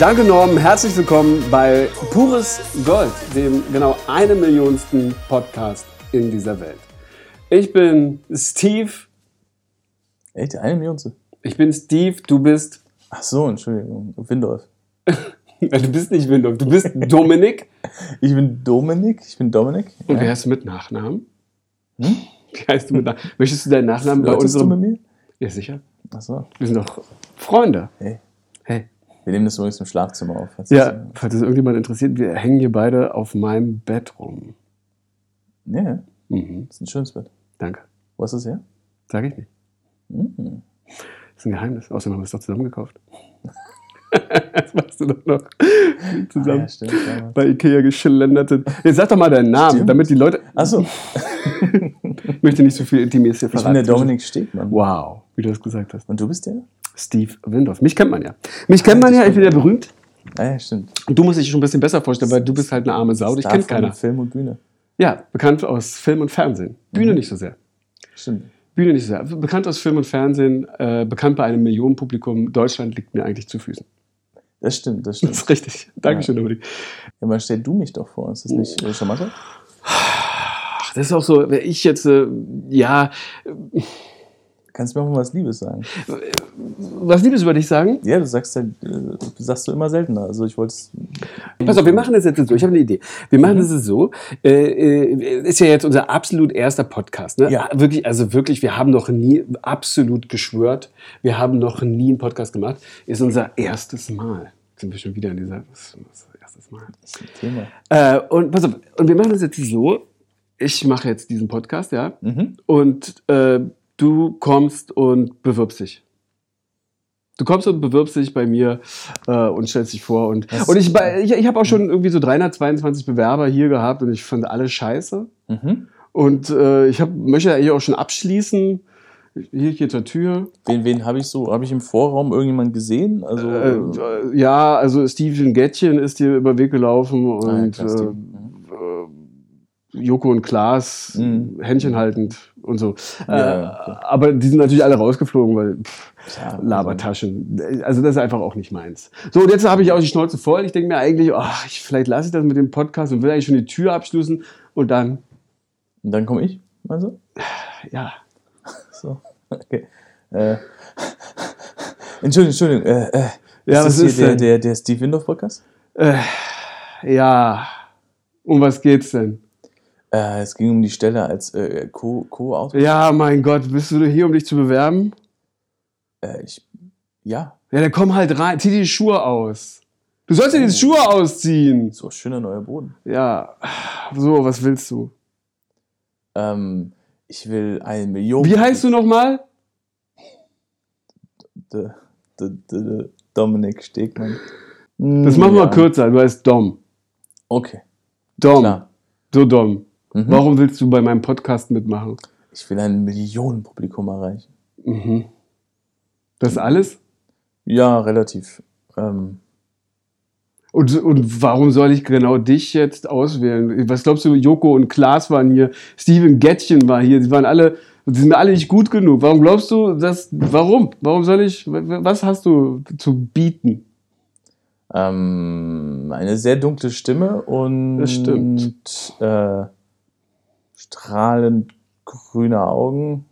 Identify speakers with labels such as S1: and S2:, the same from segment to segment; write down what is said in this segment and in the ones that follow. S1: Danke Norm, herzlich willkommen bei Pures Gold, dem genau eine Millionsten Podcast in dieser Welt. Ich bin Steve.
S2: Echt? Eine Million? zu-
S1: Ich bin Steve, du bist.
S2: Ach so, Entschuldigung. Windolf.
S1: Du bist nicht Windhoek, du bist Dominik.
S2: Ich bin Dominik. Ich bin Dominik.
S1: Und wie heißt du mit Nachnamen? Wie heißt du mit Nachnamen? Möchtest du deinen Nachnamen bei
S2: Flirtest Hm? du
S1: unserem.
S2: mit mir?
S1: Ja, sicher.
S2: Ach so.
S1: Wir sind doch Freunde.
S2: Hey.
S1: Hey.
S2: Wir nehmen das übrigens im Schlafzimmer auf. falls das-
S1: Ja, Also, falls es irgendjemand interessiert, wir hängen hier beide auf meinem Bett rum.
S2: Ja,
S1: Mhm.
S2: ist ein schönes Bett.
S1: Danke.
S2: Wo ist das her?
S1: Sag ich nicht.
S2: Mhm.
S1: ist ein Geheimnis. Außerdem haben wir es doch zusammen gekauft. das weißt du doch noch.
S2: Ah, ja,
S1: Zusammen
S2: stimmt. ja.
S1: bei Ikea geschlendert sind. Jetzt sag doch mal deinen Namen,
S2: Stimmt.
S1: damit die Leute.
S2: Ach so.
S1: Ich möchte nicht so viel Intimes hier
S2: Ich
S1: verraten.
S2: bin der Dominik Stegmann.
S1: Wow, wie du das gesagt hast.
S2: Und du bist der?
S1: Steve Windorf. Mich kennt man ja. Mich kennt man ja, ich bin ja berühmt.
S2: Ah ja, stimmt.
S1: Und du musst dich schon ein bisschen besser vorstellen, weil du bist halt eine arme Sau, dich
S2: Star
S1: kennt
S2: von
S1: keiner.
S2: Film und Bühne.
S1: Ja, bekannt aus Film und Fernsehen. Bühne
S2: Mhm.
S1: nicht so sehr.
S2: Stimmt.
S1: Bühne nicht so sehr. Bekannt aus Film und Fernsehen, äh, bekannt bei einem Millionenpublikum. Deutschland liegt mir eigentlich zu Füßen.
S2: Das stimmt, das
S1: Das
S2: stimmt.
S1: ist richtig. Dankeschön, Dominik.
S2: Ja, mal stell du mich doch vor. Ist das nicht äh, charmanter?
S1: Ach, das ist auch so, wenn ich jetzt, äh, ja,
S2: Kannst du mir auch mal was Liebes sagen?
S1: was Liebes über dich sagen?
S2: Ja, du sagst halt, äh, sagst du immer seltener. Also ich wollte es.
S1: Pass auf, wir machen das jetzt so. Ich habe eine Idee. Wir machen das jetzt so. Äh, äh, ist ja jetzt unser absolut erster Podcast. Ne?
S2: Ja.
S1: Wirklich, also wirklich, wir haben noch nie absolut geschwört. Wir haben noch nie einen Podcast gemacht. Ist unser erstes Mal. Jetzt Sind wir schon wieder in dieser. Was, was, erstes Mal.
S2: Thema.
S1: Äh, und pass auf, und wir machen das jetzt so. Ich mache jetzt diesen Podcast, ja.
S2: Mhm.
S1: Und äh, du kommst und bewirbst dich. Du kommst und bewirbst dich bei mir äh, und stellst dich vor. Und,
S2: Das-
S1: und ich, bei- ich, ich habe auch schon irgendwie so 322 Bewerber hier gehabt und ich fand alle scheiße.
S2: Mhm.
S1: Und äh, ich hab, möchte eigentlich auch schon abschließen. Hier, hier zur Tür.
S2: Wen, wen habe ich so? Habe ich im Vorraum irgendjemand gesehen? Also,
S1: Äh, äh, ja, also Steven Gettchen ist dir über den Weg gelaufen
S2: ah, ja,
S1: und
S2: klar, Steve.
S1: äh,
S2: Mhm.
S1: Joko und Klaas,
S2: Mhm.
S1: Händchen haltend und so.
S2: Ja,
S1: äh,
S2: ja.
S1: Aber die sind natürlich alle rausgeflogen, weil pff,
S2: Klar,
S1: Labertaschen. Also das ist einfach auch nicht meins. So, und jetzt habe ich auch die Schnauze voll. Ich denke mir eigentlich, ach, ich, vielleicht lasse ich das mit dem Podcast und will eigentlich schon die Tür abschließen. Und dann,
S2: Und dann komme ich, meinst du?
S1: ja,
S2: So. Okay. Äh, Entschuldigung, Entschuldigung. Äh, äh,
S1: Ja, was
S2: ist das hier
S1: ist
S2: der,
S1: denn?
S2: der, der Steve Windorf Podcast?
S1: ja, um was geht's denn?
S2: Äh, es ging um die Stelle als äh, Co- Co-Autor.
S1: Ja, mein Gott, bist du hier, um dich zu bewerben?
S2: äh, ich, ja,
S1: Ja, dann komm halt rein, zieh die Schuhe aus. Du sollst dir die Schuhe ausziehen.
S2: so schöner neuer Boden.
S1: Ja, so, was willst du?
S2: Ähm, ich will eine Million.
S1: Wie heißt du nochmal?
S2: D- D- D- D- Dominik Stegmann. Das
S1: Das machen wir kürzer. Du heißt Dom.
S2: Okay,
S1: Dom.
S2: klar.
S1: So Dom.
S2: Mhm.
S1: Warum willst du bei meinem Podcast mitmachen?
S2: Ich will ein Millionenpublikum erreichen.
S1: Mhm. Das alles?
S2: Ja, relativ. Ähm,
S1: Und, und warum soll ich genau dich jetzt auswählen? Was glaubst du, Joko und Klaas waren hier, Steven Gettchen war hier, sie waren alle, sie sind mir alle nicht gut genug. Warum glaubst du, dass, warum? Warum soll ich, was hast du zu bieten?
S2: ähm, eine sehr dunkle Stimme und
S1: Das stimmt.
S2: Äh, strahlend grüne Augen.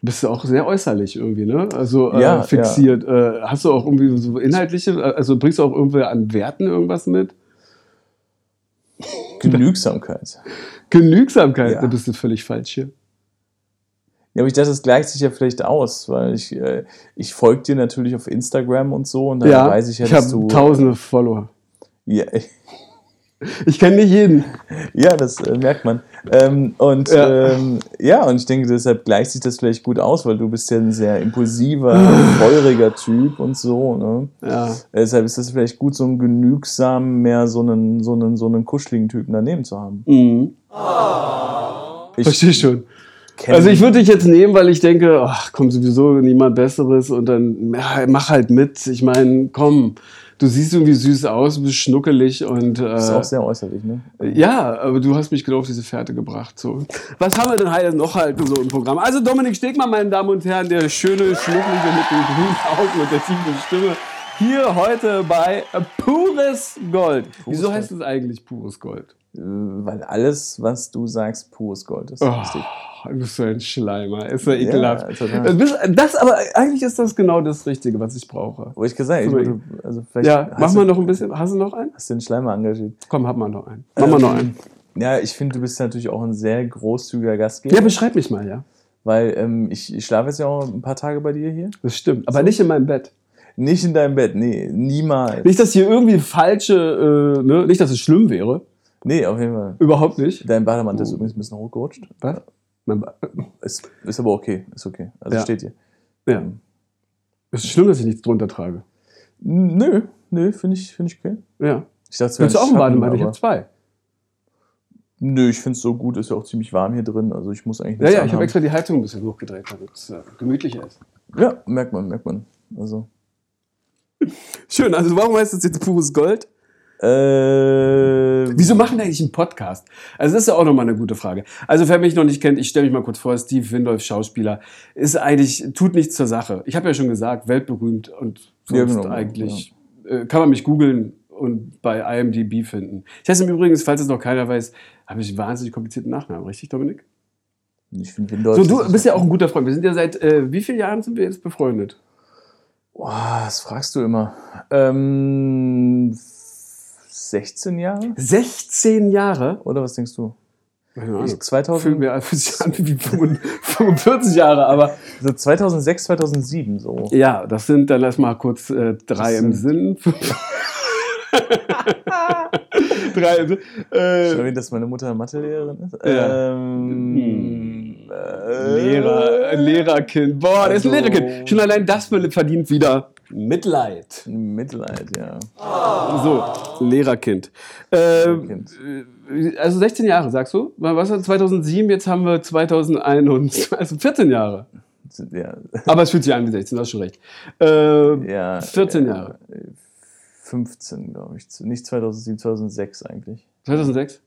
S1: Bist du auch sehr äußerlich irgendwie, ne? Also äh,
S2: Ja,
S1: fixiert. Äh, hast du auch irgendwie so inhaltliche, also bringst du auch irgendwie an Werten irgendwas mit?
S2: Genügsamkeit.
S1: Genügsamkeit,
S2: Ja.
S1: da bist du völlig falsch hier.
S2: Ja, aber ich dachte, das gleicht sich ja vielleicht aus, weil ich, äh, ich folge dir natürlich auf Instagram und so und dann weiß ich ja,
S1: ich habe
S2: dass du.
S1: tausende Follower.
S2: Ja,
S1: Ich kenne nicht jeden.
S2: Ja, das äh, merkt man. Ähm, und
S1: Ja.
S2: ja. Ähm, ja, und ich denke, deshalb gleicht sich das vielleicht gut aus, weil du bist ja ein sehr impulsiver, feuriger Typ und so. Ne?
S1: Ah. Ja.
S2: Deshalb ist das vielleicht gut, so einen genügsamen, mehr so einen, so einen, so einen kuscheligen Typen daneben zu haben.
S1: Mhm.
S2: Ich
S1: Verstehe schon.
S2: kenn-
S1: Also ich würde dich jetzt nehmen, weil ich denke, ach, kommt sowieso niemand Besseres und dann ja, mach halt mit. Ich meine, komm, du siehst irgendwie süß aus, bist schnuckelig und
S2: Das ist auch
S1: äh,
S2: sehr äußerlich, ne?
S1: ja, aber du hast mich genau auf diese Fährte gebracht. So. Was haben wir denn heute noch halt so im Programm? Also Dominik Stegmann, meine Damen und Herren, der schöne, schnuckelige mit den grünen Augen und der tiefen Stimme. Hier heute bei Pures Gold. Wieso heißt es eigentlich Pures Gold?
S2: Äh, Weil alles, was du sagst, pures Gold ist.
S1: Oh, du bist so ein Schleimer. Ist ja ekelhaft. Ja, das, aber eigentlich ist das genau das Richtige, was ich brauche.
S2: Wo ich gesagt habe, also
S1: vielleicht. Ja, mach mal noch ein bisschen. Hast du noch einen?
S2: Hast du den Schleimer engagiert?
S1: Komm, hab mal noch einen. Mach mal noch einen.
S2: Ja, ich finde, du bist natürlich auch ein sehr großzügiger Gastgeber.
S1: Ja, beschreib mich mal, ja.
S2: Weil ähm, ich, ich schlafe jetzt ja auch ein paar Tage bei dir hier.
S1: Das stimmt, aber so. nicht in meinem Bett.
S2: Nicht in deinem Bett, nee, niemals.
S1: Nicht, dass hier irgendwie falsche, äh, ne? nicht, dass es schlimm wäre.
S2: Nee, auf jeden Fall.
S1: Überhaupt nicht.
S2: Dein Bademantel oh. ist übrigens ein bisschen hochgerutscht.
S1: Was?
S2: Ist, ist aber okay, ist okay. Also
S1: ja.
S2: steht hier.
S1: Ja. Ist schlimm, dass ich nichts drunter trage.
S2: Nö, nö, finde ich, find ich okay.
S1: Ja.
S2: Ich dachte,
S1: Willst du auch einen Bademantel? Ich habe zwei.
S2: Nö, ich finde es so gut, ist ja auch ziemlich warm hier drin, also ich muss eigentlich
S1: nicht. Ja, ja, anhaben. ich habe extra die Heizung ein bisschen hochgedreht, damit es äh, gemütlicher ist.
S2: Ja, merkt man, merkt man. Also.
S1: Schön, also warum heißt das jetzt pures Gold?
S2: Äh,
S1: Wieso machen wir eigentlich einen Podcast? Also das ist ja auch nochmal eine gute Frage. Also wer mich noch nicht kennt, ich stelle mich mal kurz vor, Steve Windolf, Schauspieler, ist eigentlich, tut nichts zur Sache. Ich habe ja schon gesagt, weltberühmt und sonst ja, genau, eigentlich ja. kann man mich googeln und bei IMDb finden. Ich heiße im Übrigen, falls es noch keiner weiß, habe ich einen wahnsinnig komplizierten Nachnamen, richtig Dominik?
S2: Ich finde
S1: Windolf. So, du bist ja auch ein guter Freund. Wir sind ja seit äh, wie vielen Jahren sind wir jetzt befreundet?
S2: Boah, das fragst du immer. Ähm, 16 Jahre?
S1: 16 Jahre?
S2: Oder was denkst du? Also
S1: Keine
S2: Ich 2000
S1: fühle mir an wie 45 Jahre, aber
S2: so 2006, 2007 also so.
S1: Ja, das sind dann lass mal kurz äh, drei im Sinn. drei im Sinn.
S2: Äh, Schau, dass meine Mutter Mathelehrerin ist.
S1: Ja. Ähm, hm. äh, Lehrer, Lehrerkind. Boah, also, das ist ein Lehrerkind. Schon allein das verdient wieder Mitleid.
S2: Mitleid, ja.
S1: So, Lehrerkind. Ähm, also 16 Jahre, sagst du? Was war 2007? Jetzt haben wir 2021, also 14 Jahre.
S2: Ja.
S1: Aber es fühlt sich an wie 16, hast schon recht. Ähm, ja, 14 ja, Jahre.
S2: 15, glaube äh, ich. Nicht 2007, 2006 eigentlich.
S1: 2006?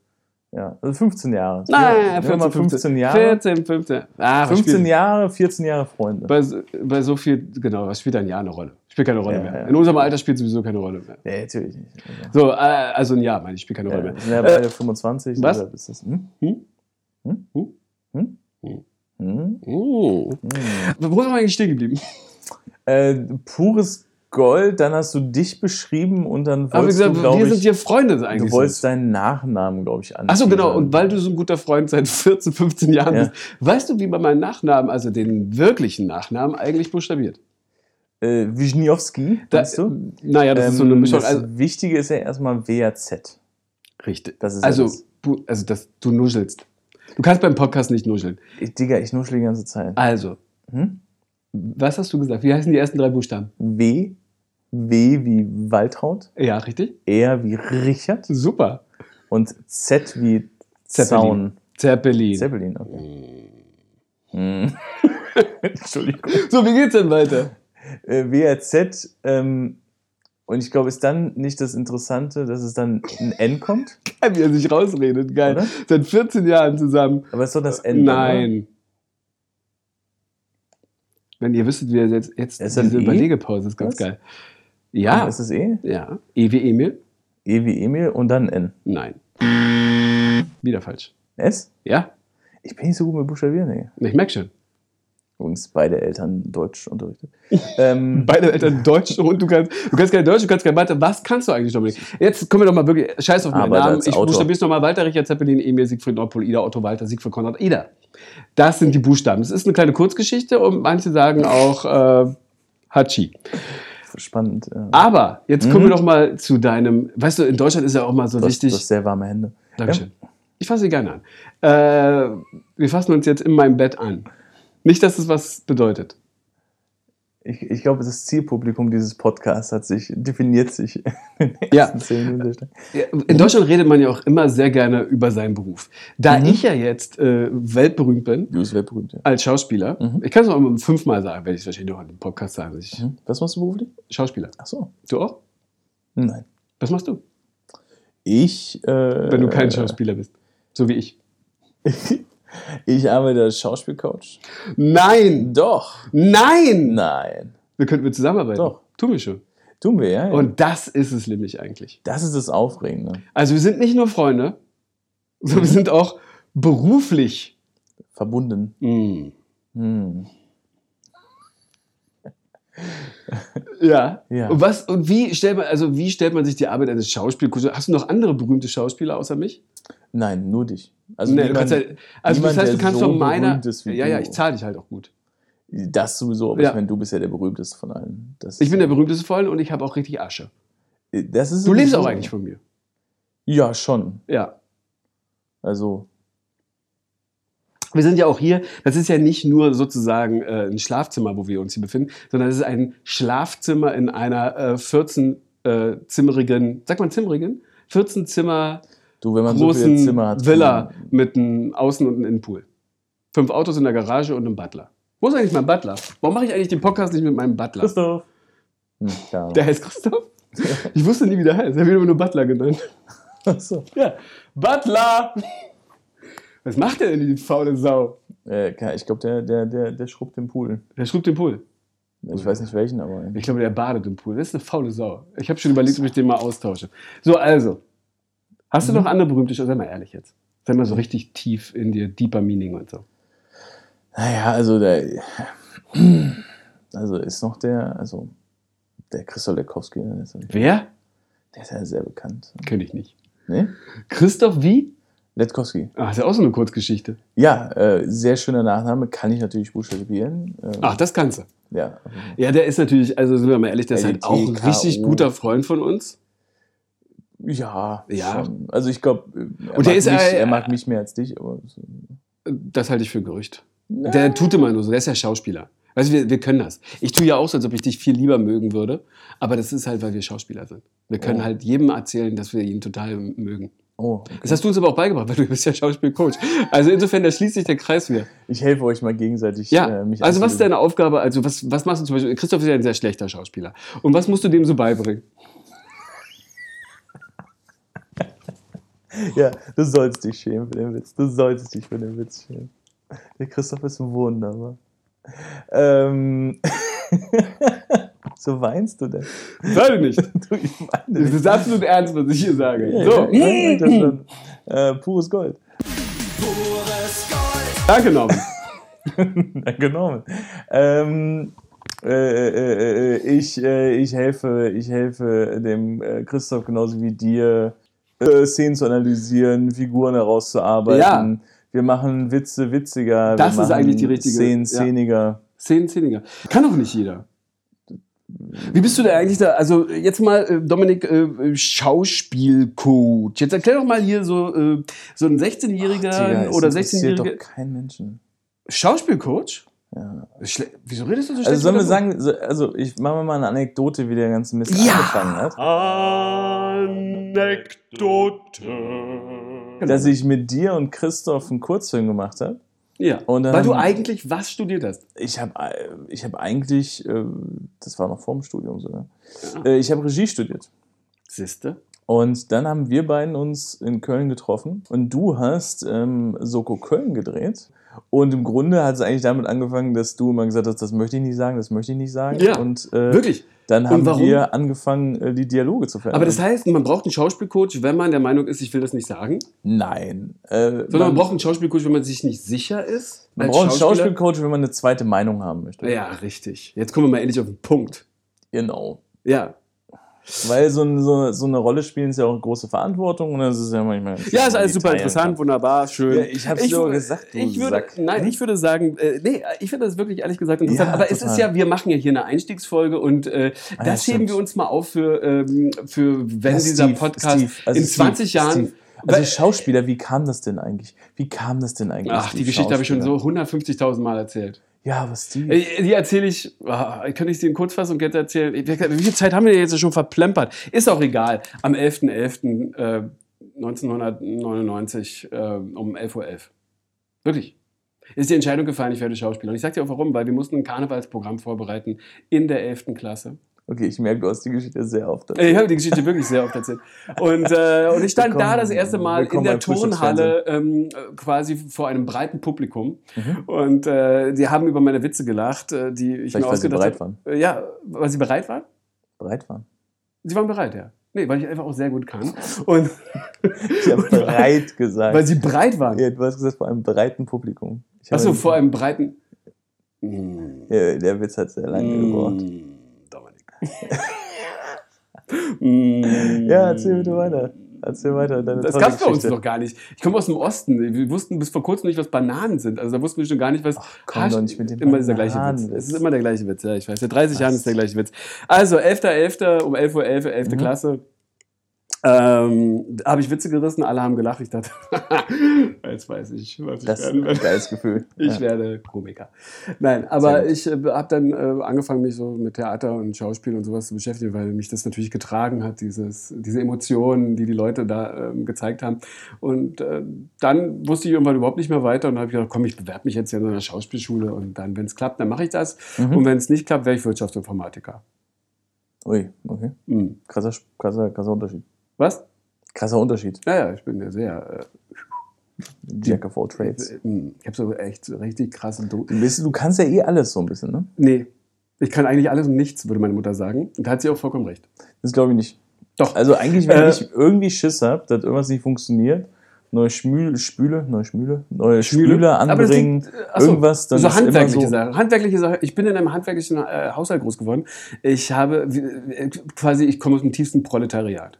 S2: Ja, also 15 Jahre.
S1: Nein, 14, 15,
S2: Jahre.
S1: 14, 15.
S2: Ah, 15 Jahre, 14 Jahre Freunde.
S1: Bei, bei so viel, genau, was spielt ein Jahr eine Rolle? Spielt keine Rolle ja, mehr. Ja. In unserem Alter spielt sowieso keine Rolle mehr.
S2: Nee, natürlich nicht.
S1: So, äh, also ein Jahr, meine ich, spielt keine Rolle mehr.
S2: Wir sind ja beide äh, 25.
S1: Was?
S2: Ist das, hm?
S1: Hm?
S2: Hm? Hm? Hm? Hm? Hm?
S1: Oh. Hm. Wo sind wir eigentlich stehen geblieben?
S2: Äh, pures Gold, dann hast du dich beschrieben und dann
S1: Aber
S2: wolltest
S1: gesagt,
S2: du, glaube
S1: wir
S2: ich,
S1: sind hier Freunde eigentlich.
S2: du wolltest deinen Nachnamen, glaube ich, an.
S1: Achso, genau. Und weil du so ein guter Freund seit 14, 15 Jahren
S2: Ja.
S1: bist, weißt du, wie man meinen Nachnamen, also den wirklichen Nachnamen, eigentlich buchstabiert?
S2: äh, Wisniewski,
S1: Da-
S2: weißt du?
S1: Naja, das ist so eine
S2: Ähm,
S1: Mischung.
S2: Das
S1: Also,
S2: Wichtige ist ja erstmal WAZ.
S1: richtig.
S2: Das ist
S1: also,
S2: ja das.
S1: bu- also das, du nuschelst. Du kannst beim Podcast nicht nuscheln.
S2: Ich, Digga, ich nuschel die ganze Zeit.
S1: Also,
S2: Hm?
S1: was hast du gesagt? Wie heißen die ersten drei Buchstaben?
S2: W, W wie Waltraud,
S1: Ja, richtig.
S2: R wie Richard
S1: Super.
S2: und Z wie
S1: Zeppelin.
S2: Zaun.
S1: Zeppelin. Oh.
S2: Zeppelin, okay. Hm. Entschuldigung.
S1: So, wie geht's denn weiter?
S2: Äh, WAZ, ähm, und ich glaube, ist dann nicht das Interessante, dass es dann ein N kommt?
S1: Wie er sich rausredet, geil.
S2: Oder?
S1: Seit 14 Jahren zusammen.
S2: Aber es ist doch das N. dann, Oder?
S1: Nein. Wenn ihr wüsstet, wie er jetzt, jetzt
S2: Ist das
S1: diese
S2: ein E?
S1: Überlegepause ist ganz
S2: Was?
S1: geil.
S2: Ja.
S1: Ja,
S2: Ist es E?
S1: ja. E wie Emil?
S2: E wie Emil und dann N.
S1: Nein. Wieder falsch.
S2: S?
S1: Ja,
S2: Ich bin nicht so gut mit Buchstabieren, ey.
S1: ich merke schon.
S2: Übrigens, beide Eltern Deutsch unterrichtet. ähm,
S1: Beide Eltern Deutsch und du kannst, du kannst kein Deutsch, du kannst kein Mathe. Was kannst du eigentlich, Dominik? Jetzt kommen wir doch mal wirklich, scheiß auf meinen
S2: Aber
S1: Namen.
S2: als
S1: Ich
S2: Autor.
S1: buchstabier's nochmal. Walter, Richard Zeppelin, Emil, Siegfried, Nordpol, Ida, Otto, Walter, Siegfried, Konrad, Ida. Das sind die Buchstaben. Es ist eine kleine Kurzgeschichte und manche sagen auch äh, Hachi.
S2: spannend. Äh,
S1: Aber jetzt kommen wir
S2: Mhm.
S1: doch mal zu deinem, weißt du, in Deutschland ist ja auch mal so
S2: du, hast, du
S1: wichtig.
S2: hast sehr warme Hände. Ähm,
S1: Dankeschön. Ich fasse sie gerne an. Äh, wir fassen uns jetzt in meinem Bett an. Nicht, dass es was bedeutet.
S2: Ich, ich glaube, das Zielpublikum dieses Podcasts hat sich, definiert sich in den
S1: Ja. Äh,
S2: ersten zehn Minuten. sehr stark.
S1: Ja, In Deutschland redet man ja auch immer sehr gerne über seinen Beruf. Da
S2: Mhm.
S1: ich ja jetzt äh, weltberühmt bin
S2: Du bist weltberühmt, ja.
S1: als Schauspieler,
S2: Mhm.
S1: ich kann es auch immer fünfmal sagen, werde ich es wahrscheinlich noch in dem Podcast sagen. Ich,
S2: Hm? Was machst du beruflich?
S1: Schauspieler.
S2: Ach so.
S1: Du auch?
S2: Nein.
S1: Was machst du,
S2: Ich, äh,
S1: wenn du kein Schauspieler bist? So wie ich.
S2: ich arbeite als Schauspielcoach.
S1: Nein!
S2: Doch.
S1: Nein!
S2: Nein.
S1: Wir könnten wir zusammenarbeiten.
S2: Doch.
S1: Tun wir schon.
S2: Tun wir, ja. ja.
S1: Und das ist es nämlich eigentlich.
S2: das ist das Aufregende.
S1: Also wir sind nicht nur Freunde, sondern wir sind auch beruflich.
S2: Verbunden. Hm.
S1: Ja.
S2: Ja.
S1: Und was und wie stellt man also wie stellt man sich die Arbeit eines Schauspielkurses? Hast du noch andere berühmte Schauspieler außer mich?
S2: Nein, nur dich. Also,
S1: Nee, du
S2: niemand,
S1: kannst ja, also das
S2: niemand,
S1: heißt, du
S2: der
S1: kannst
S2: so
S1: von meiner
S2: berühmt ist wie
S1: Ja, ja,
S2: du.
S1: ich zahle dich halt auch gut.
S2: das sowieso, aber
S1: Ja.
S2: ich meine, du bist ja der berühmteste von allen. Das, äh,
S1: Ich bin der berühmteste von allen und ich habe auch richtig Asche.
S2: das ist
S1: Du lebst
S2: sowieso-
S1: auch eigentlich von mir.
S2: Ja, schon.
S1: Ja.
S2: Also,
S1: Wir sind ja auch hier, das ist ja nicht nur sozusagen äh, ein Schlafzimmer, wo wir uns hier befinden, sondern es ist ein Schlafzimmer in einer äh, 14-zimmerigen, sagt man zimmerigen? 14 Zimmer
S2: du, wenn man so
S1: großen
S2: viele Zimmer hat. hm. kann
S1: Villa
S2: man-
S1: mit einem Außen- und einem Innenpool. Fünf Autos in der Garage und einem Butler. Wo ist eigentlich mein Butler? Warum mache ich eigentlich den Podcast nicht mit meinem Butler?
S2: Christoph. Hm, keine Ahnung.
S1: Der heißt Christoph? Ich wusste nie, wie der heißt. Er wird immer nur Butler genannt.
S2: Ach so.
S1: Ja, Butler! Was macht der denn, die faule Sau?
S2: Äh, keine- ich glaube, der, der, der, der schrubbt den Pool.
S1: Der schrubbt den Pool.
S2: Ich weiß nicht welchen, aber.
S1: Ich glaube, der badet im Pool. Das ist eine faule Sau. Ich habe schon überlegt, ob ich den mal austausche. So, also. Hast du
S2: Mhm.
S1: noch andere berühmte Schauspieler? Sei mal ehrlich jetzt. Sei mal so richtig tief in dir, deeper Meaning und so.
S2: Naja, also der. Also ist noch der, also der Christoph Lekowski, der ist,
S1: Wer?
S2: der ist ja sehr bekannt.
S1: Kenne ich nicht.
S2: Ne?
S1: Christoph wie?
S2: Letkowski.
S1: Ach, Ah, ist ja auch so eine Kurzgeschichte.
S2: Ja, äh, sehr schöner Nachname, kann ich natürlich buchstabieren. Ähm,
S1: Ach, das Ganze.
S2: Ja.
S1: Ja, der ist natürlich, also sind wir mal ehrlich, der ist halt auch ein
S2: LTKO.
S1: richtig guter Freund von uns.
S2: Ja,
S1: Ja.
S2: Schon. Also ich glaube, er,
S1: Und der
S2: mag
S1: ist,
S2: mich-
S1: äh,
S2: er mag mich mehr als dich, aber. so-
S1: Das halte ich für Gerücht.
S2: Na,
S1: Der tut immer nur so, der ist ja Schauspieler. Weißt du, wir, wir können das. Ich tue ja auch so, als ob ich dich viel lieber mögen würde. Aber das ist halt, weil wir Schauspieler sind. Wir können
S2: Oh.
S1: halt jedem erzählen, dass wir ihn total mögen.
S2: oh, okay.
S1: Das hast du uns aber auch beigebracht, weil du bist ja Schauspielcoach. Also insofern, da schließt sich der Kreis wieder.
S2: Ich helfe euch mal gegenseitig.
S1: Ja,
S2: äh, mich
S1: also was ist
S2: einzulösen.
S1: deine Aufgabe? Also was, was machst du zum Beispiel? Christoph ist ja ein sehr schlechter Schauspieler. Und was musst du dem so beibringen?
S2: Ja, du sollst dich schämen für den Witz. Du sollst dich für den Witz schämen. Der Christoph ist wunderbar. Ähm. so weinst du denn?
S1: Weiß ich nicht.
S2: Du, ich meine,
S1: Das ist absolut ernst, was ich hier sage.
S2: ja,
S1: so,
S2: ja, ich weiß das schon. Äh, pures Gold.
S1: danke, Norman.
S2: Ja, genau. Ähm, äh, äh, äh, ich, äh, ich, helfe, ich helfe dem äh, Christoph genauso wie dir, äh, Szenen zu analysieren, Figuren herauszuarbeiten. Wir machen Witze witziger.
S1: Das ist
S2: wir machen
S1: eigentlich die richtige-
S2: Szenen
S1: ja.
S2: szeniger.
S1: Zehn Zehniger. Kann doch nicht jeder. Wie bist du da eigentlich da? Also jetzt mal, äh, Dominik, äh, Schauspielcoach. Jetzt erklär doch mal hier so, äh, so ein
S2: Digga,
S1: 16-Jähriger
S2: es
S1: oder
S2: interessiert doch
S1: 16-Jährige.
S2: kein Menschen.
S1: Schauspielcoach?
S2: Ja.
S1: Schle Wieso redest du so schlecht?
S2: Also sollen wir
S1: über-
S2: sagen, so- also ich mache mal eine Anekdote, wie der ganze Mist
S1: Ja.
S2: angefangen hat.
S1: Anekdote.
S2: Dass ich mit dir und Christoph einen Kurzfilm gemacht habe.
S1: ja.
S2: Und dann
S1: Weil du
S2: haben-
S1: eigentlich was studiert hast.
S2: ich habe ich hab eigentlich, äh, das war noch vor dem Studium sogar,
S1: Ah.
S2: äh, ich habe Regie studiert.
S1: Siehste?
S2: Und dann haben wir beiden uns in Köln getroffen und du hast ähm, Soko Köln gedreht. Und im Grunde hat es eigentlich damit angefangen, dass du immer gesagt hast, das möchte ich nicht sagen, das möchte ich nicht sagen.
S1: Ja,
S2: und äh,
S1: Wirklich.
S2: dann
S1: Und
S2: haben
S1: warum?
S2: wir angefangen, äh, die Dialoge zu verändern.
S1: Aber das heißt, man braucht einen Schauspielcoach, wenn man der Meinung ist, ich will das nicht sagen.
S2: Nein. Äh,
S1: Sondern man braucht einen Schauspielcoach, wenn man sich nicht sicher ist.
S2: man
S1: als
S2: braucht einen
S1: Schauspieler.
S2: Schauspielcoach, wenn man eine zweite Meinung haben möchte.
S1: Ja, richtig. Jetzt kommen wir mal endlich auf den Punkt.
S2: Genau.
S1: Ja.
S2: Weil so, ein- so, so eine Rolle spielen ist ja auch eine große Verantwortung und das ist ja manchmal.
S1: Ja, ist alles super
S2: Detail-
S1: interessant, wunderbar, schön.
S2: Ja, ich hab's dir doch gesagt, du
S1: ich würde,
S2: Sack.
S1: Nein, ich würde sagen, äh, nee, ich finde das wirklich ehrlich gesagt interessant.
S2: Ja,
S1: aber es
S2: total.
S1: ist ja, wir machen ja hier eine Einstiegsfolge und äh,
S2: Ah, ja,
S1: das heben
S2: stimmt.
S1: wir uns mal auf für, ähm, für wenn
S2: Ja,
S1: dieser
S2: Steve,
S1: Podcast
S2: Steve, also
S1: in
S2: Steve,
S1: 20 Jahren.
S2: Steve. Also
S1: Weil-
S2: Schauspieler, wie kam das denn eigentlich? Wie kam das denn eigentlich?
S1: Ach,
S2: Steve,
S1: die Geschichte habe ich schon so
S2: Schauspieler?
S1: 150.000 Mal erzählt.
S2: Ja, aber Steve.
S1: Äh, Die erzähle ich, ah, könnte ich sie in Kurzfassung jetzt erzählen? Ich- Wie viel Zeit haben wir denn jetzt schon verplempert? Ist auch egal. Am 11.11. äh, 1999 äh, um 11.11 Uhr. Wirklich. Ist die Entscheidung gefallen, ich werde Schauspieler. Und ich sage dir auch warum, weil wir mussten ein Karnevalsprogramm vorbereiten in der 11. Klasse.
S2: Okay, ich merke, du hast die Geschichte sehr oft.
S1: Äh, Ich habe die Geschichte wirklich sehr oft erzählt. Und, äh, und ich stand da das erste Mal in
S2: Willkommen
S1: der
S2: beim Frühstücksfernsehen.
S1: Turnhalle ähm, äh, quasi vor einem breiten Publikum.
S2: Mhm.
S1: Und äh, die haben über meine Witze gelacht, äh, die ich mir
S2: Vielleicht, weil sie
S1: ausgedacht
S2: bereit
S1: habe.
S2: waren.
S1: Äh, Ja, weil sie bereit waren.
S2: bereit waren.
S1: Sie waren bereit, ja. Nee, weil ich einfach auch sehr gut kann. Und
S2: Ich habe bereit gesagt.
S1: weil sie breit waren.
S2: ja, du hast gesagt, vor einem breiten Publikum. Ich
S1: Achso,
S2: habe-
S1: vor einem breiten. Mm.
S2: Ja, Hm. der Witz hat sehr lange gebraucht.
S1: Mm, Dominik. Mm.
S2: Ja, erzähl bitte weiter. Erzähl weiter. Deine
S1: Das
S2: tolle
S1: gab's bei uns
S2: Geschichte.
S1: noch gar nicht. Ich komme aus dem Osten. Wir wussten bis vor kurzem nicht, was Bananen sind. Also da wussten wir schon gar nicht, was.
S2: komm doch nicht mit dem
S1: immer dieser gleiche Witz.
S2: Bananenwitz.
S1: Es ist immer der gleiche Witz, ja, ich weiß. Seit 30
S2: Was?
S1: Jahren ist der gleiche Witz. Also, 11.11. um 11.11 Uhr, 11.
S2: Mhm.
S1: Klasse. Ähm, habe ich Witze gerissen, alle haben gelacht. Ich dachte, jetzt weiß ich, was ich
S2: Das ist
S1: werden
S2: ein
S1: werde.
S2: geiles Gefühl.
S1: Ich
S2: ja.
S1: werde Komiker. Nein, aber
S2: gut.
S1: ich äh, habe dann äh, angefangen, mich so mit Theater und Schauspiel und sowas zu beschäftigen, weil mich das natürlich getragen hat, dieses, diese Emotionen, die die Leute da ähm, gezeigt haben. Und äh, dann wusste ich irgendwann überhaupt nicht mehr weiter und habe gedacht, komm, ich bewerbe mich jetzt hier in so einer Schauspielschule und dann, wenn es klappt, dann mache ich das.
S2: Mhm.
S1: Und wenn es nicht klappt, wäre ich Wirtschaftsinformatiker.
S2: Ui, okay.
S1: Mhm.
S2: Krasser, Sch- krasser, krasser Unterschied.
S1: Was?
S2: Krasser Unterschied.
S1: Naja, ich bin ja sehr.
S2: Jack of all
S1: Äh,
S2: trades.
S1: mh, ich habe so echt so richtig krassen Do
S2: Du, bist, du kannst ja eh alles so ein bisschen, ne?
S1: Nee, ich kann eigentlich alles und nichts, würde meine Mutter sagen. Und da hat sie auch vollkommen recht.
S2: Das glaube ich nicht.
S1: Doch.
S2: Also eigentlich, wenn
S1: Äh,
S2: ich irgendwie Schiss habe, dass irgendwas nicht funktioniert, neue Schmühl, Spüle, neue Schmüle, neue Spüle,
S1: Aber das
S2: anbringen,
S1: liegt- äh, achso,
S2: irgendwas, dann
S1: so
S2: ist immer
S1: handwerkliche
S2: so.
S1: Sachen. Handwerkliche Sachen. Ich bin in einem handwerklichen äh, Haushalt groß geworden. Ich habe äh, quasi, ich komme aus dem tiefsten Proletariat.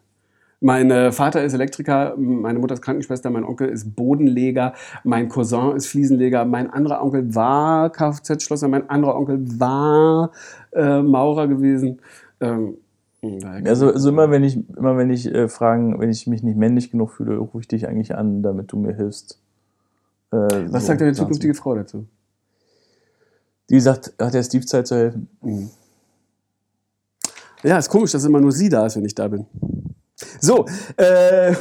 S1: Mein äh, Vater ist Elektriker, meine Mutter ist Krankenschwester, mein Onkel ist Bodenleger, mein Cousin ist Fliesenleger, mein anderer Onkel war Kfz-Schlosser, mein anderer Onkel war äh, Maurer gewesen. Ähm, daher-
S2: Also, also immer wenn ich, immer wenn ich äh, fragen, wenn ich mich nicht männlich genug fühle, rufe ich dich eigentlich an, damit du mir hilfst. Äh,
S1: Was
S2: so
S1: sagt deine
S2: Sachen zu-
S1: zukünftige Frau dazu?
S2: Die sagt, hat der Steve Zeit zu helfen?
S1: Ja, ist komisch, dass immer nur sie da ist, wenn ich da bin. So, äh,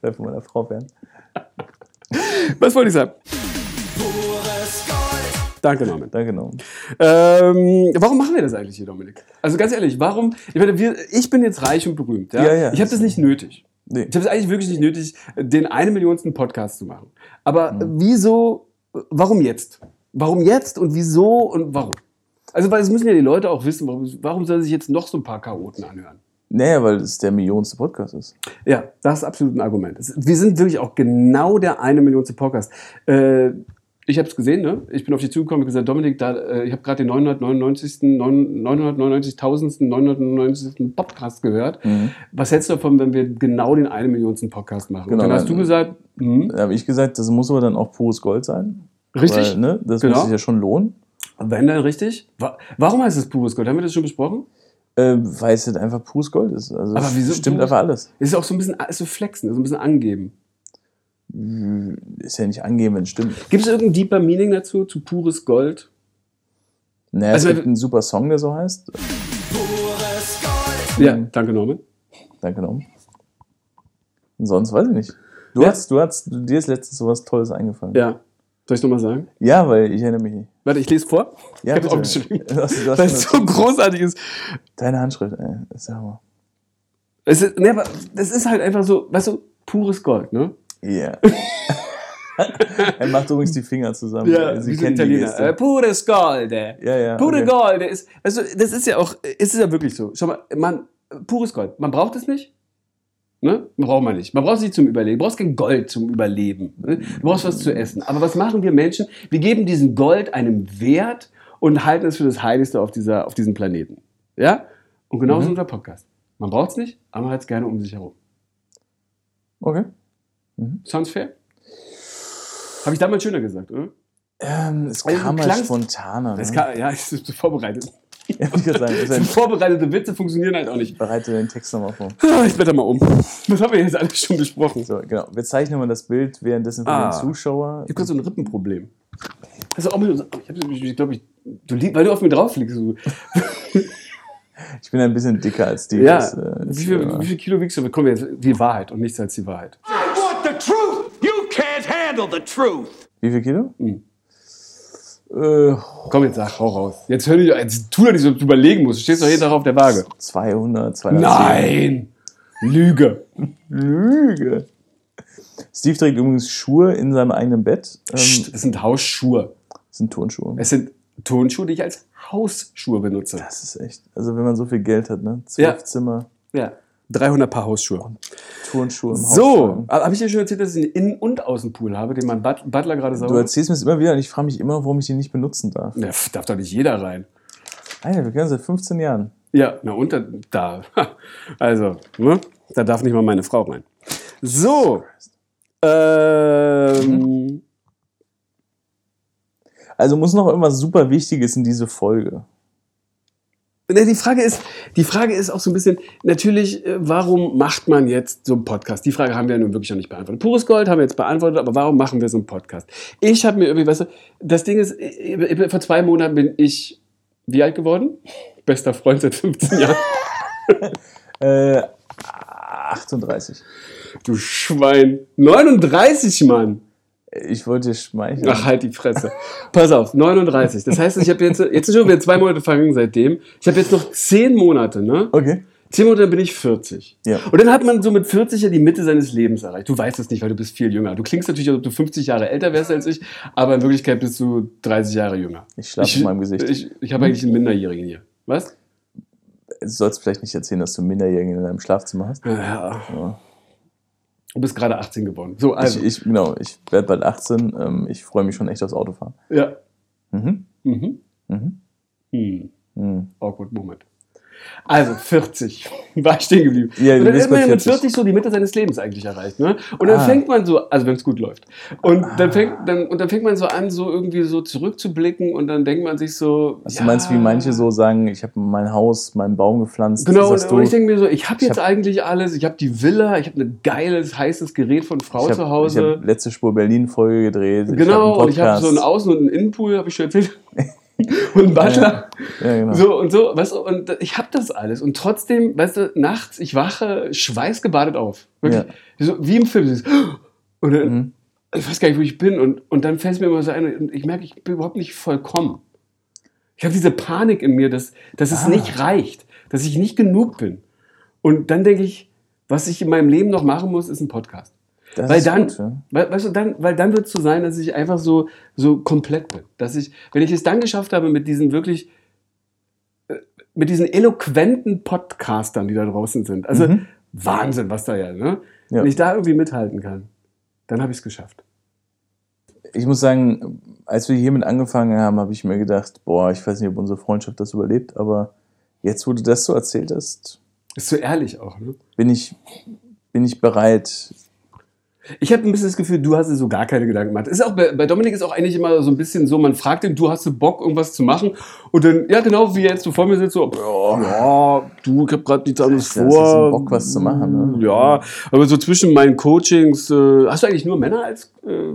S2: Bleib von meiner Frau werden.
S1: was wollte ich sagen? Danke, Norman.
S2: Da genau.
S1: Ähm, warum machen wir das eigentlich hier, Dominik? Also ganz ehrlich, warum? Ich meine, wir, ich bin jetzt reich und berühmt. Ja?
S2: Ja, ja.
S1: ich habe das nicht nötig.
S2: Nee.
S1: Ich habe es eigentlich wirklich nicht nötig, den eine Millionsten Podcast zu machen. Aber
S2: Mhm.
S1: wieso, warum jetzt? Warum jetzt und wieso und warum? Also, weil das müssen ja die Leute auch wissen, warum, warum sollen sich jetzt noch so ein paar Chaoten anhören?
S2: Naja, weil es der millionste Podcast ist.
S1: Ja, das ist absolut ein Argument. Es- Wir sind wirklich auch genau der eine Millionste Podcast. Äh, ich habe es gesehen, ne? Ich bin auf dich zugekommen und gesagt, Dominik, da, äh, ich habe gerade den 999. 999.000. 999. Podcast gehört.
S2: Mhm.
S1: Was hältst du davon, wenn wir genau den eine Millionsten Podcast machen?
S2: Genau,
S1: und dann hast
S2: dann-
S1: du gesagt, hm,
S2: Da habe ich gesagt, das muss aber dann auch pures Gold sein.
S1: richtig?
S2: Weil, ne, das
S1: Genau.
S2: muss sich ja schon lohnen.
S1: Wenn dann richtig? Wa warum heißt es pures Gold? Haben wir das schon besprochen?
S2: Äh, weil es halt einfach pures Gold ist. Also
S1: Aber
S2: es
S1: wieso
S2: stimmt
S1: pures-
S2: einfach alles.
S1: Es ist auch so ein bisschen es ist so flexen, so ein bisschen angeben.
S2: Ist ja nicht angeben, wenn es stimmt.
S1: Gibt es irgendein deeper Meaning dazu, zu pures Gold?
S2: Naja,
S1: Also-
S2: es gibt einen super Song, der so heißt.
S1: Ja, danke, Norman.
S2: Danke genommen. Und sonst weiß ich nicht. Du
S1: Ja.
S2: hast, du hast, dir ist letztens sowas Tolles eingefallen.
S1: Ja. Soll ich nochmal sagen?
S2: Ja, weil ich erinnere mich nicht.
S1: Warte, ich lese vor.
S2: Ja,
S1: ich hab's
S2: bitte.
S1: aufgeschrieben.
S2: Du hast- du hast
S1: Weil es
S2: schon-
S1: so großartig ist.
S2: Deine Handschrift, ey. Das ist der Hammer.
S1: Es ist, nee, aber das ist halt einfach so, weißt du, pures Gold, ne?
S2: Ja. er macht übrigens die Finger zusammen. Sie kennen die Geste.
S1: Äh, pures Gold. äh.
S2: Ja, ja.
S1: Pure
S2: okay.
S1: Gold. Ist, weißt du, das ist ja auch, es ist ja wirklich so. Schau mal, man, pures Gold. Man braucht es nicht. Ne? Braucht man nicht. Man braucht es nicht zum Überleben. Du brauchst kein Gold zum Überleben. Ne? Du brauchst was zu essen. Aber was machen wir Menschen? Wir geben diesem Gold einen Wert und halten es für das Heiligste auf, dieser, auf diesem Planeten. Ja? Und genauso
S2: Mhm.
S1: unser Podcast. Man braucht es nicht, aber man hat es gerne um sich herum.
S2: Okay.
S1: Sounds fair? Habe ich damals schöner gesagt, oder?
S2: Ähm, es
S1: Also,
S2: kam mal
S1: klang's-
S2: spontaner. Ne?
S1: Das kann, ja, ich bin vorbereitet.
S2: ja, ich kann sagen, das ist
S1: Vorbereitete Witze funktionieren halt auch nicht.
S2: ein, bereite den Text nochmal vor.
S1: Ah, Ich blätter mal um. Was haben wir jetzt alles schon besprochen?
S2: So, genau. Wir zeichnen mal das Bild währenddessen für
S1: Ah.
S2: den Zuschauer.
S1: Ich habe gerade so ein Rippenproblem. Also auch mit uns, ich, hab- ich glaube, ich, du liegst, weil du auf mir drauf liegst. Du,
S2: Ich bin ein bisschen dicker als die.
S1: ja,
S2: das, äh, ist,
S1: wie, viel,
S2: äh,
S1: wie viel Kilo wiegst du? Komm jetzt, die Wahrheit und nichts als die Wahrheit.
S3: I want the truth. You can't handle the truth.
S2: wie viel Kilo?
S1: Mhm.
S2: Äh,
S1: Komm jetzt, sag, hau raus. Jetzt hör dich, jetzt tu doch nicht so, dass du überlegen musst. Du stehst doch jeden Tag auf der Waage.
S2: 200, 210.
S1: Nein! Lüge.
S2: Lüge. Steve trägt übrigens Schuhe in seinem eigenen Bett. Ähm,
S1: Psst, das sind Hausschuhe.
S2: das sind Turnschuhe.
S1: Es sind Turnschuhe, die ich als Hausschuhe benutze.
S2: Das ist echt. Also wenn man so viel Geld hat, ne? Zwölf
S1: Ja.
S2: Zimmer,
S1: Ja. 300 Paar Hausschuhe.
S2: Turnschuhe im Haus.
S1: So,
S2: tragen.
S1: habe ich dir schon erzählt, dass ich einen Innen- und Außenpool habe, den mein Bud- Butler gerade
S2: Du
S1: sauber...
S2: erzählst mir das immer wieder und ich frage mich immer, warum ich die nicht benutzen darf.
S1: Ja, pf, darf doch nicht jeder rein.
S2: Alter, Ah wir kennen uns seit 15 Jahren.
S1: Ja, na und da, da. Also, ne? da darf nicht mal meine Frau rein. So.
S2: Mhm.
S1: Ähm,
S2: Also muss noch irgendwas super Wichtiges in diese Folge.
S1: ne, die Frage ist, die Frage ist auch so ein bisschen, natürlich, äh, warum macht man jetzt so einen Podcast? Die Frage haben wir ja nun wirklich noch nicht beantwortet. Pures Gold haben wir jetzt beantwortet, aber warum machen wir so einen Podcast? Ich habe mir irgendwie, weißt du, das Ding ist, ich- ich- vor zwei Monaten bin ich wie alt geworden? Bester Freund seit 15 Jahren.
S2: Äh, 38.
S1: Du Schwein. 39, Mann.
S2: Ich wollte dir schmeicheln.
S1: Ach, halt die Fresse. Pass auf, 39. Das heißt, ich habe jetzt, jetzt sind schon wieder zwei Monate vergangen seitdem. Ich habe jetzt noch zehn Monate, ne?
S2: Okay.
S1: Zehn Monate dann bin ich 40.
S2: Ja.
S1: Und dann hat man so mit 40 ja die Mitte seines Lebens erreicht. Du weißt es nicht, weil du bist viel jünger. Du klingst natürlich, als ob du 50 Jahre älter wärst als ich, aber in Wirklichkeit bist du 30 Jahre jünger.
S2: Ich schlafe in meinem Gesicht.
S1: Ich, ich habe eigentlich einen Minderjährigen hier. Was?
S2: Du sollst vielleicht nicht erzählen, dass du Minderjährigen in deinem Schlafzimmer hast.
S1: Ja.
S2: Ja.
S1: Du bist gerade 18 geworden. So, also.
S2: ich, ich, genau, ich werde bald 18. Ähm, ich freue mich schon echt aufs Autofahren.
S1: ja.
S2: Mhm.
S1: Mhm.
S2: Mhm.
S1: Hm.
S2: Mhm.
S1: Awkward Moment. Also 40 war ich stehen geblieben.
S2: Ja, du
S1: und dann
S2: bist
S1: ist man
S2: bei
S1: ja mit
S2: 40.
S1: 40 so die Mitte seines Lebens eigentlich erreicht, ne? Und dann
S2: Ah.
S1: fängt man so, also wenn es gut läuft. Und dann fängt dann und dann fängt man so an, so irgendwie so zurückzublicken und dann denkt man sich so.
S2: Also meinst du, wie manche so sagen, ich habe mein Haus, meinen Baum gepflanzt?
S1: Genau,
S2: das
S1: und,
S2: hast du.
S1: und ich denke mir so, ich habe
S2: Ich
S1: jetzt
S2: hab-
S1: eigentlich alles, ich habe die Villa, ich habe ein geiles, heißes Gerät von Frau
S2: Ich hab-
S1: zu Hause.
S2: Ich hab letzte Spur Berlin-Folge gedreht.
S1: genau, und
S2: ich
S1: ich habe
S2: hab
S1: so einen
S2: einen Podcast.
S1: Außen- und einen Innenpool, habe ich schon erzählt. und einen Butler.
S2: Ja, genau.
S1: So und so, weißt du, und ich habe das alles. Und trotzdem, weißt du, nachts, ich wache schweißgebadet auf. Wirklich. So, wie im Film. dieses Und dann,
S2: Mhm.
S1: ich weiß gar nicht, wo ich bin. Und, und dann fällt es mir immer so ein und ich merke, ich bin überhaupt nicht vollkommen. Ich habe diese Panik in mir, dass, dass es
S2: Ah.
S1: nicht reicht, dass ich nicht genug bin. Und dann denke ich, was ich in meinem Leben noch machen muss, ist ein Podcast.
S2: Das
S1: Weil
S2: ist
S1: dann,
S2: gut, ja.
S1: weil, weißt du, dann, weil dann wird es so sein, dass ich einfach so, so komplett bin. Dass ich, wenn ich es dann geschafft habe, mit diesen wirklich, äh, mit diesen eloquenten Podcastern, die da draußen sind. Also
S2: Mhm.
S1: Wahnsinn, was da ja, ne?
S2: Ja.
S1: Wenn ich da irgendwie mithalten kann, dann habe ich es geschafft.
S2: Ich muss sagen, als wir hiermit angefangen haben, habe ich mir gedacht, boah, ich weiß nicht, ob unsere Freundschaft das überlebt, aber jetzt, wo du das so erzählt hast,
S1: Ist so ehrlich auch, ne?
S2: bin ich, bin ich bereit.
S1: Ich habe ein bisschen das Gefühl, du hast dir so gar keine Gedanken gemacht. Ist auch bei, bei Dominik ist auch eigentlich immer so ein bisschen so, man fragt ihn, du hast du Bock, irgendwas zu machen? Und dann, ja genau, wie er jetzt so vor mir sitzt, so, ja, du, ich habe gerade nichts anderes
S2: Ja, das ist ein Bock, was zu machen, ne?
S1: Ja, aber so zwischen meinen Coachings, äh, hast du eigentlich nur Männer als äh,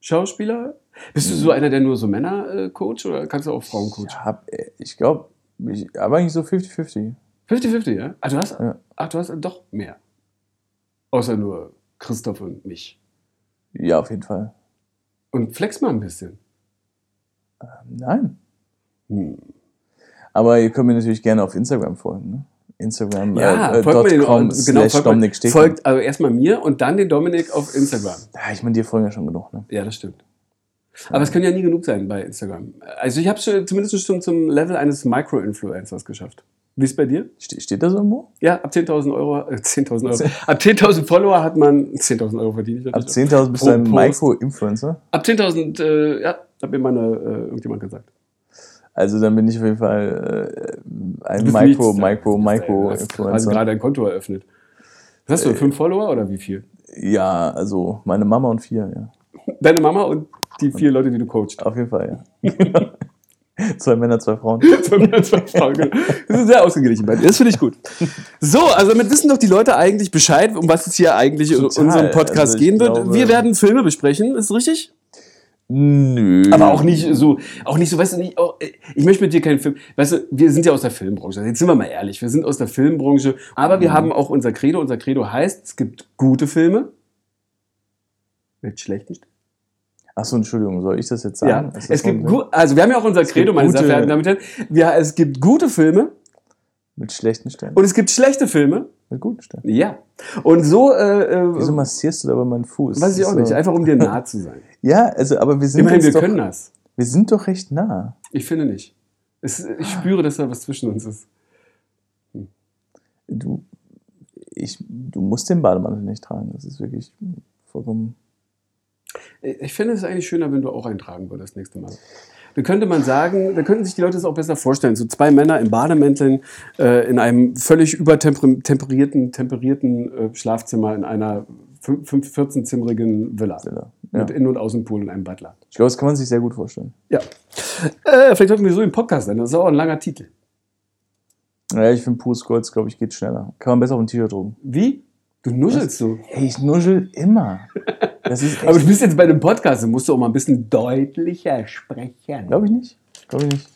S1: Schauspieler? Bist du so einer, der nur so Männer äh, coacht oder kannst du auch Frauen
S2: Ich
S1: coachen?
S2: hab, ich glaube, ich habe eigentlich so 50-50.
S1: 50-50, ja? Ach du, hast,
S2: Ja.
S1: ach, du hast doch mehr. Außer nur Christoph und mich.
S2: Ja, auf jeden Fall.
S1: Und flex mal ein bisschen.
S2: Nein.
S1: Hm.
S2: Aber ihr könnt mir natürlich gerne auf Instagram folgen. Ne? Instagram.com
S1: Ja,
S2: äh,
S1: folgt
S2: äh,
S1: mir
S2: .com
S1: den, genau,
S2: slash
S1: folgt,
S2: Dominik
S1: mir,
S2: Stegmann.
S1: folgt also erstmal mir und dann den Dominik auf Instagram.
S2: Ja, ich meine, dir folgen ja schon genug. Ne?
S1: Ja, das stimmt. Aber es können ja nie genug sein bei Instagram. Also ich habe schon zumindest schon zum Level eines Micro-Influencers geschafft. Wie ist bei dir?
S2: Ste steht das irgendwo?
S1: Ja, ab 10.000 Euro, äh, 10.000 Euro, ab 10.000 Follower hat man 10.000 Euro verdient.
S2: Ab 10.000 bist du
S1: Pro
S2: Also ein
S1: Post.
S2: Micro-Influencer.
S1: Ab 10.000, äh, ja, hat mir meine, äh, irgendjemand gesagt.
S2: Also dann bin ich auf jeden Fall äh, ein
S1: Du bist
S2: Micro,
S1: nichts.
S2: Micro,
S1: Du hast quasi
S2: Micro-Influencer.
S1: Also gerade ein Konto eröffnet. Was
S2: Äh.
S1: hast du, fünf Follower oder wie viel?
S2: Ja, also meine Mama und vier, ja.
S1: Deine Mama und die vier
S2: Äh.
S1: Leute, die du coachst.
S2: Auf jeden Fall, ja. zwei Männer, zwei Frauen.
S1: sondern zwei Frauen. genau. Das ist sehr ausgeglichen. Bert. Das finde ich gut. So, also damit wissen doch die Leute eigentlich Bescheid, um was es hier eigentlich in
S2: Total.
S1: unserem Podcast
S2: Also ich
S1: gehen wird.
S2: glaube-
S1: Wir werden Filme besprechen, ist richtig?
S2: Nö.
S1: Aber auch nicht so, auch nicht so, weißt du, nicht, auch, ich möchte mit dir keinen Film, weißt du, wir sind ja aus der Filmbranche, Also jetzt sind wir mal ehrlich, wir sind aus der Filmbranche, aber wir haben auch unser Credo, unser Credo heißt, es gibt gute Filme, mit schlechten
S2: Achso, Entschuldigung, soll ich das jetzt sagen?
S1: Ja.
S2: Ist das
S1: Es gibt
S2: so-
S1: gut, also wir haben ja auch unser Credo,
S2: gibt
S1: meine
S2: gute-
S1: sehr verehrten Damen und Herren. Ja, es gibt gute Filme
S2: Mit schlechten Stellen.
S1: und es gibt schlechte Filme.
S2: Mit guten Stellen.
S1: Ja. Und so, äh, äh,
S2: Wieso massierst du dabei meinen Fuß?
S1: weiß ich auch
S2: So.
S1: nicht, einfach um dir nah zu sein.
S2: Ja, also, aber wir sind,
S1: Immerhin,
S2: uns
S1: wir
S2: doch,
S1: können das.
S2: wir sind doch recht nah.
S1: Ich finde nicht. Es, ich spüre, dass da was zwischen uns ist.
S2: Du, ich, du musst den Bademantel nicht tragen. Das ist wirklich vollkommen.
S1: Ich ich finde es eigentlich schöner, wenn du auch einen tragen würdest nächste Mal. Dann könnte man sagen, da könnten sich die Leute es auch besser vorstellen. So zwei Männer in Bademänteln äh, in einem völlig übertemperierten temperierten äh, Schlafzimmer in einer 14-zimmerigen Villa.
S2: Villa, ja.
S1: Mit In- und Außenpool und einem Butler.
S2: Ich glaube, das kann man sich sehr gut vorstellen.
S1: Ja. Äh, vielleicht sollten wir so einen Podcast nennen. Das ist auch ein langer Titel.
S2: Ja, ich finde Pus Golds, glaube ich, geht schneller. Kann man besser auf ein T-Shirt drucken.
S1: Wie? Du nuschelst so.
S2: Hey, ich nuschel immer. Das ist
S1: Aber du bist jetzt bei einem Podcast, da musst du auch mal ein bisschen deutlicher sprechen.
S2: Glaube ich nicht. Glaube ich nicht.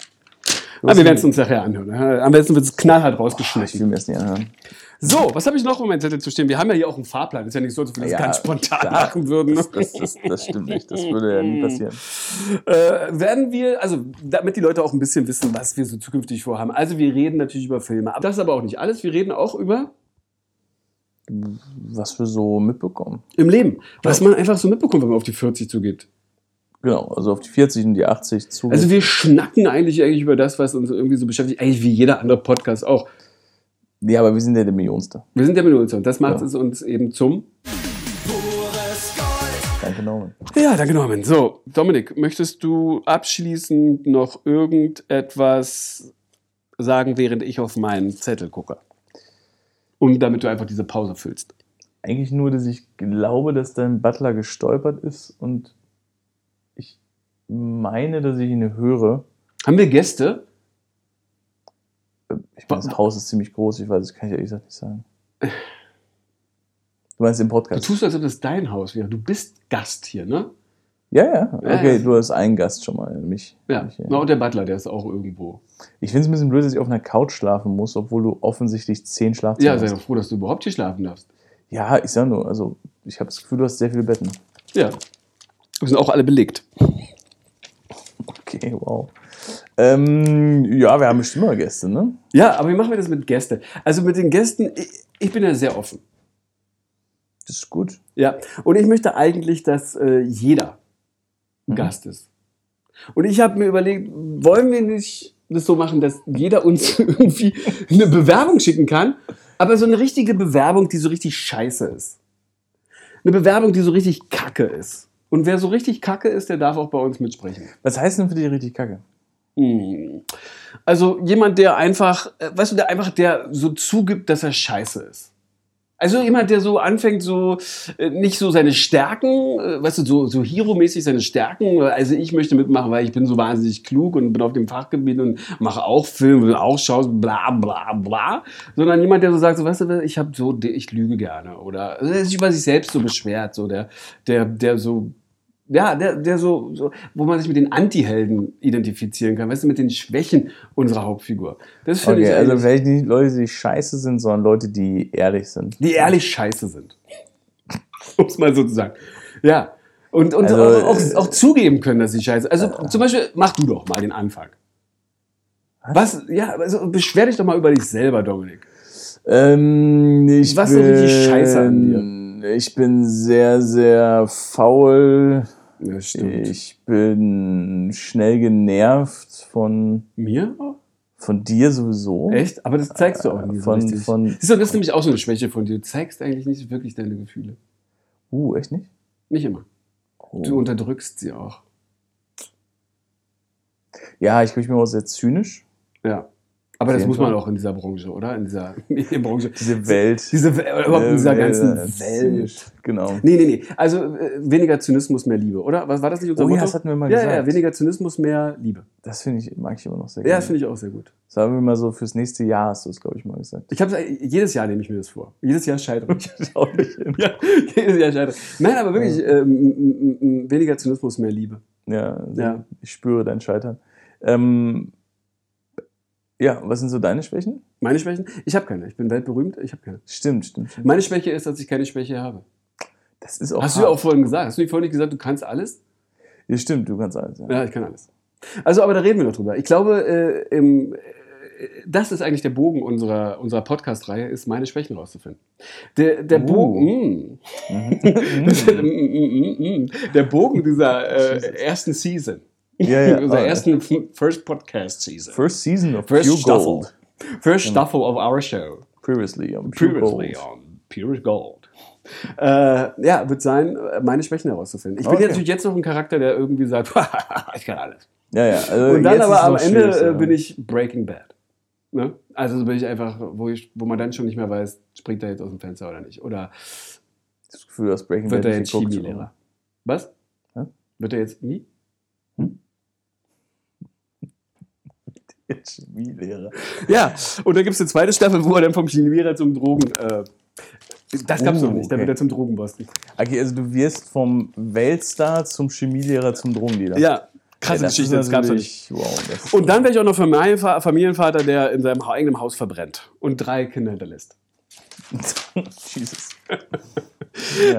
S1: Aber wir werden es uns nachher anhören. ne? Am besten wird es knallhart
S2: Ich
S1: rausgeschnitten.
S2: will mir das nicht anhören.
S1: So, was habe ich noch um meinen Zettel zu stehen? Wir haben ja hier auch einen Fahrplan. Ist ja nicht so, dass wir das
S2: Ja,
S1: ganz spontan
S2: da-
S1: machen würden. ne?
S2: Das, das, das, das stimmt nicht. Das würde ja nie passieren.
S1: Äh, werden wir, also damit die Leute auch ein bisschen wissen, was wir so zukünftig vorhaben. Also wir reden natürlich über Filme. Aber das ist aber auch nicht alles. Wir reden auch über
S2: Was wir so mitbekommen.
S1: im Leben. Was man einfach so mitbekommt, wenn man auf die 40 zugeht.
S2: Genau, also auf die 40 und die 80 zu.
S1: Also wir schnacken eigentlich, eigentlich über das, was uns irgendwie so beschäftigt. Eigentlich wie jeder andere Podcast auch.
S2: ja, aber wir sind ja der Millionste.
S1: Wir sind ja mit uns und das macht
S2: Ja.
S1: es uns eben zum
S2: Danke, Norman.
S1: Ja, genau, danke Norman. So, Dominik, möchtest du abschließend noch irgendetwas sagen, während ich auf meinen Zettel gucke? Und damit du einfach diese Pause füllst.
S2: Eigentlich nur, dass ich glaube, dass dein Butler gestolpert ist und ich meine, dass ich ihn höre.
S1: Haben wir Gäste?
S2: Ich meine, das Haus ist ziemlich groß, ich weiß, das kann ich ehrlich gesagt nicht sagen. Du meinst im
S1: Du
S2: Podcast?
S1: tust, als ob das dein Haus wäre. Du bist Gast hier, ne?
S2: Ja, ja. Okay,
S1: ja.
S2: du hast einen Gast schon mal. Mich.
S1: Ja.
S2: Mich,
S1: Na, und der Butler, der ist auch irgendwo.
S2: Ich finde es ein bisschen blöd, dass ich auf einer Couch schlafen muss, obwohl du offensichtlich zehn Schlafzimmer
S1: Ja, sei doch
S2: hast.
S1: froh, dass du überhaupt hier schlafen darfst.
S2: Ja, ich sag nur, also ich habe das Gefühl, du hast sehr viele Betten.
S1: Ja. Wir sind auch alle belegt.
S2: Okay, wow. Ähm, ja, wir haben bestimmt mal Gäste, ne?
S1: Ja, aber wie machen wir das mit Gästen? Also mit den Gästen, ich, ich bin ja sehr offen.
S2: Das ist gut.
S1: Ja, und ich möchte eigentlich, dass äh, jeder ein Gast ist. Und ich habe mir überlegt, wollen wir nicht das so machen, dass jeder uns irgendwie eine Bewerbung schicken kann, aber so eine richtige Bewerbung, die so richtig scheiße ist. Eine Bewerbung, die so richtig kacke ist. Und wer so richtig kacke ist, der darf auch bei uns mitsprechen.
S2: Was heißt denn für dich richtig Kacke?
S1: Hm. Also jemand, der einfach, äh, weißt du, der einfach, der so zugibt, dass er scheiße ist. Also jemand, der so anfängt, so äh, nicht so seine Stärken, äh, weißt du, so, so Hero-mäßig seine Stärken. Also ich möchte mitmachen, weil ich bin so wahnsinnig klug und bin auf dem Fachgebiet und mache auch Filme, bin auch Schaus, bla bla bla. Sondern jemand, der so sagt, so, weißt du, ich habe so, ich lüge gerne oder äh, sich über sich selbst so beschwert, so der, der, der so ja, der, der so, so, wo man sich mit den Anti-Helden identifizieren kann, weißt du, mit den Schwächen unserer Hauptfigur. Das finde
S2: Okay,
S1: ich
S2: also
S1: eigentlich-
S2: vielleicht nicht Leute, die scheiße sind, sondern Leute, die ehrlich sind.
S1: die ehrlich scheiße sind. Um es mal so zu sagen. Ja. Und, und
S2: Also,
S1: auch, auch,
S2: äh,
S1: auch zugeben können, dass sie scheiße Also zum Beispiel, mach du doch mal den Anfang. Was? Ja, also beschwer dich doch mal über dich selber, Dominik.
S2: Ähm, ich
S1: Was ist
S2: bin,
S1: denn richtig scheiße an
S2: dir? Ich bin sehr, sehr faul.
S1: Ja,
S2: Ich bin schnell genervt von,
S1: Mir? auch?
S2: von dir sowieso.
S1: Echt? Aber das zeigst du auch nie
S2: Von-
S1: so richtig.
S2: von-
S1: Siehst du, das ist nämlich auch so eine Schwäche von dir. Du zeigst eigentlich nicht wirklich deine Gefühle.
S2: Uh, echt nicht?
S1: Nicht immer. Du
S2: Oh.
S1: unterdrückst sie auch.
S2: Ja, ich glaube, ich bin auch sehr zynisch.
S1: Ja. Aber das
S2: jeden
S1: muss man
S2: Fall.
S1: auch in dieser Branche, oder? In dieser Medienbranche.
S2: Diese Welt. Äh,
S1: Diese, äh, überhaupt in dieser ganzen Welt.
S2: Genau.
S1: Nee, nee, nee. Also äh, weniger Zynismus, mehr Liebe, oder? Was war das nicht unser
S2: Oh ja,
S1: Motto?
S2: das hatten wir mal
S1: ja,
S2: gesagt.
S1: Ja, ja, weniger Zynismus, mehr Liebe.
S2: Das finde ich, mag ich immer noch sehr
S1: Ja,
S2: gerne.
S1: das finde ich auch sehr gut.
S2: das haben wir mal so fürs nächste Jahr, hast du es, glaube ich, mal gesagt.
S1: Ich habe jedes Jahr nehme ich mir das vor. Jedes Jahr scheitere ich.
S2: Schau nicht hin.
S1: ja, jedes Jahr scheitere. ich. Nein, aber wirklich ähm, m- m- m- weniger Zynismus, mehr Liebe.
S2: Ja, also
S1: Ja.
S2: ich spüre dein Scheitern. Ähm, ja, was sind so deine Schwächen?
S1: Meine Schwächen? Ich habe keine. Ich bin weltberühmt. Ich habe keine.
S2: Stimmt, stimmt. stimmt.
S1: Meine Schwäche ist, dass ich keine Schwäche habe.
S2: Das ist auch.
S1: Hast du ja auch vorhin gesagt. Hast du nicht vorhin nicht gesagt, du kannst alles?
S2: Ja, stimmt, du kannst alles. Ja.
S1: Ja, ich kann alles. Also, aber da reden wir noch drüber. Ich glaube, äh, im, äh, das ist eigentlich der Bogen unserer, unserer Podcast-Reihe, ist meine Schwächen rauszufinden. Der, der
S2: Oh.
S1: Bogen,
S2: Mhm.
S1: mm. Das- mm, mm, mm, mm. der Bogen dieser äh, ersten Season
S2: Ja, Oh, ja.
S4: Unser ersten First Podcast Season.
S2: First season of
S4: First
S2: Pure
S4: Staffel.
S2: Gold.
S4: First Staffel of our show.
S2: Previously on Pure
S4: Previously
S2: Gold.
S4: on Pure Gold.
S1: Äh, ja, wird sein, meine Schwächen herauszufinden. Ich bin
S2: Okay.
S1: natürlich jetzt noch ein Charakter, der irgendwie sagt, ich kann alles.
S2: Ja, ja. Also
S1: Und dann
S2: jetzt ist
S1: aber
S2: es
S1: am
S2: noch
S1: Ende
S2: schwierig,
S1: äh,
S2: ja.
S1: bin ich Breaking Bad. Ne? Also bin ich einfach, wo, ich, wo man dann schon nicht mehr weiß, springt er jetzt aus dem Fenster oder nicht. Oder
S2: das Gefühl, dass Breaking
S1: wird
S2: Bad
S1: er jetzt
S2: nicht geguckt
S1: Chemielehrer? Was?
S2: Hä?
S1: Wird er jetzt nie?
S2: wurde. Chemielehrer.
S1: Ja, und dann gibt es eine zweite Staffel, wo er dann vom Chemielehrer zum Drogen... Äh, das gab's
S2: Oh,
S1: noch nicht, dann
S2: okay.
S1: wird er zum Drogenboss.
S2: Okay, also du wirst vom Weltstar zum Chemielehrer zum Drogendealer.
S1: Ja, krasse
S2: das
S1: Geschichte,
S2: ist
S1: das gab's noch nicht.
S2: natürlich- Wow, das ist-
S1: Und dann wäre ich auch noch Familienva- Familienvater, der in seinem ha- eigenen Haus verbrennt und drei Kinder hinterlässt.
S2: Jesus.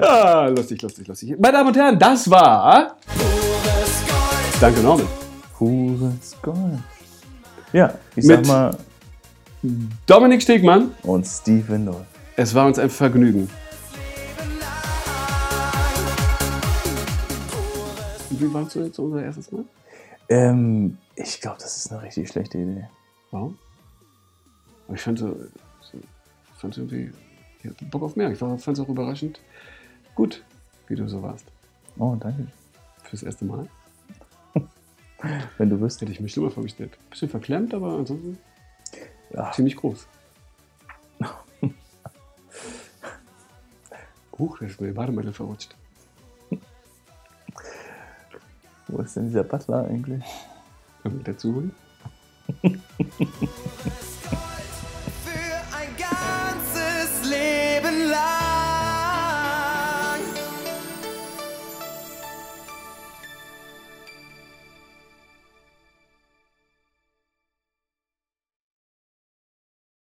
S1: Ah, lustig, lustig, lustig. Meine Damen und Herren, das war. Danke, Norman.
S2: Pures Gold. Ja, ich sag
S1: Mit-
S2: mal,
S1: Dominik Stegmann,
S2: und Steve Windor.
S1: es war uns ein Vergnügen. Wie warst du jetzt unser erstes Mal?
S2: Ähm, ich glaube, das ist eine richtig schlechte Idee.
S1: Warum? Aber Ich fand so, so fand irgendwie, ich hatte Bock auf mehr. Ich fand es auch überraschend gut, wie du so warst.
S2: Oh, danke.
S1: Fürs erste Mal
S2: Wenn du wüsstest.
S1: hätte ich mich schlimmer vorgestellt. Bisschen verklemmt, aber ansonsten
S2: Ja.
S1: ziemlich groß. Huch, da ist mir die Bademantel verrutscht.
S2: Wo ist denn dieser Butler eigentlich?
S1: Können wir dazu holen?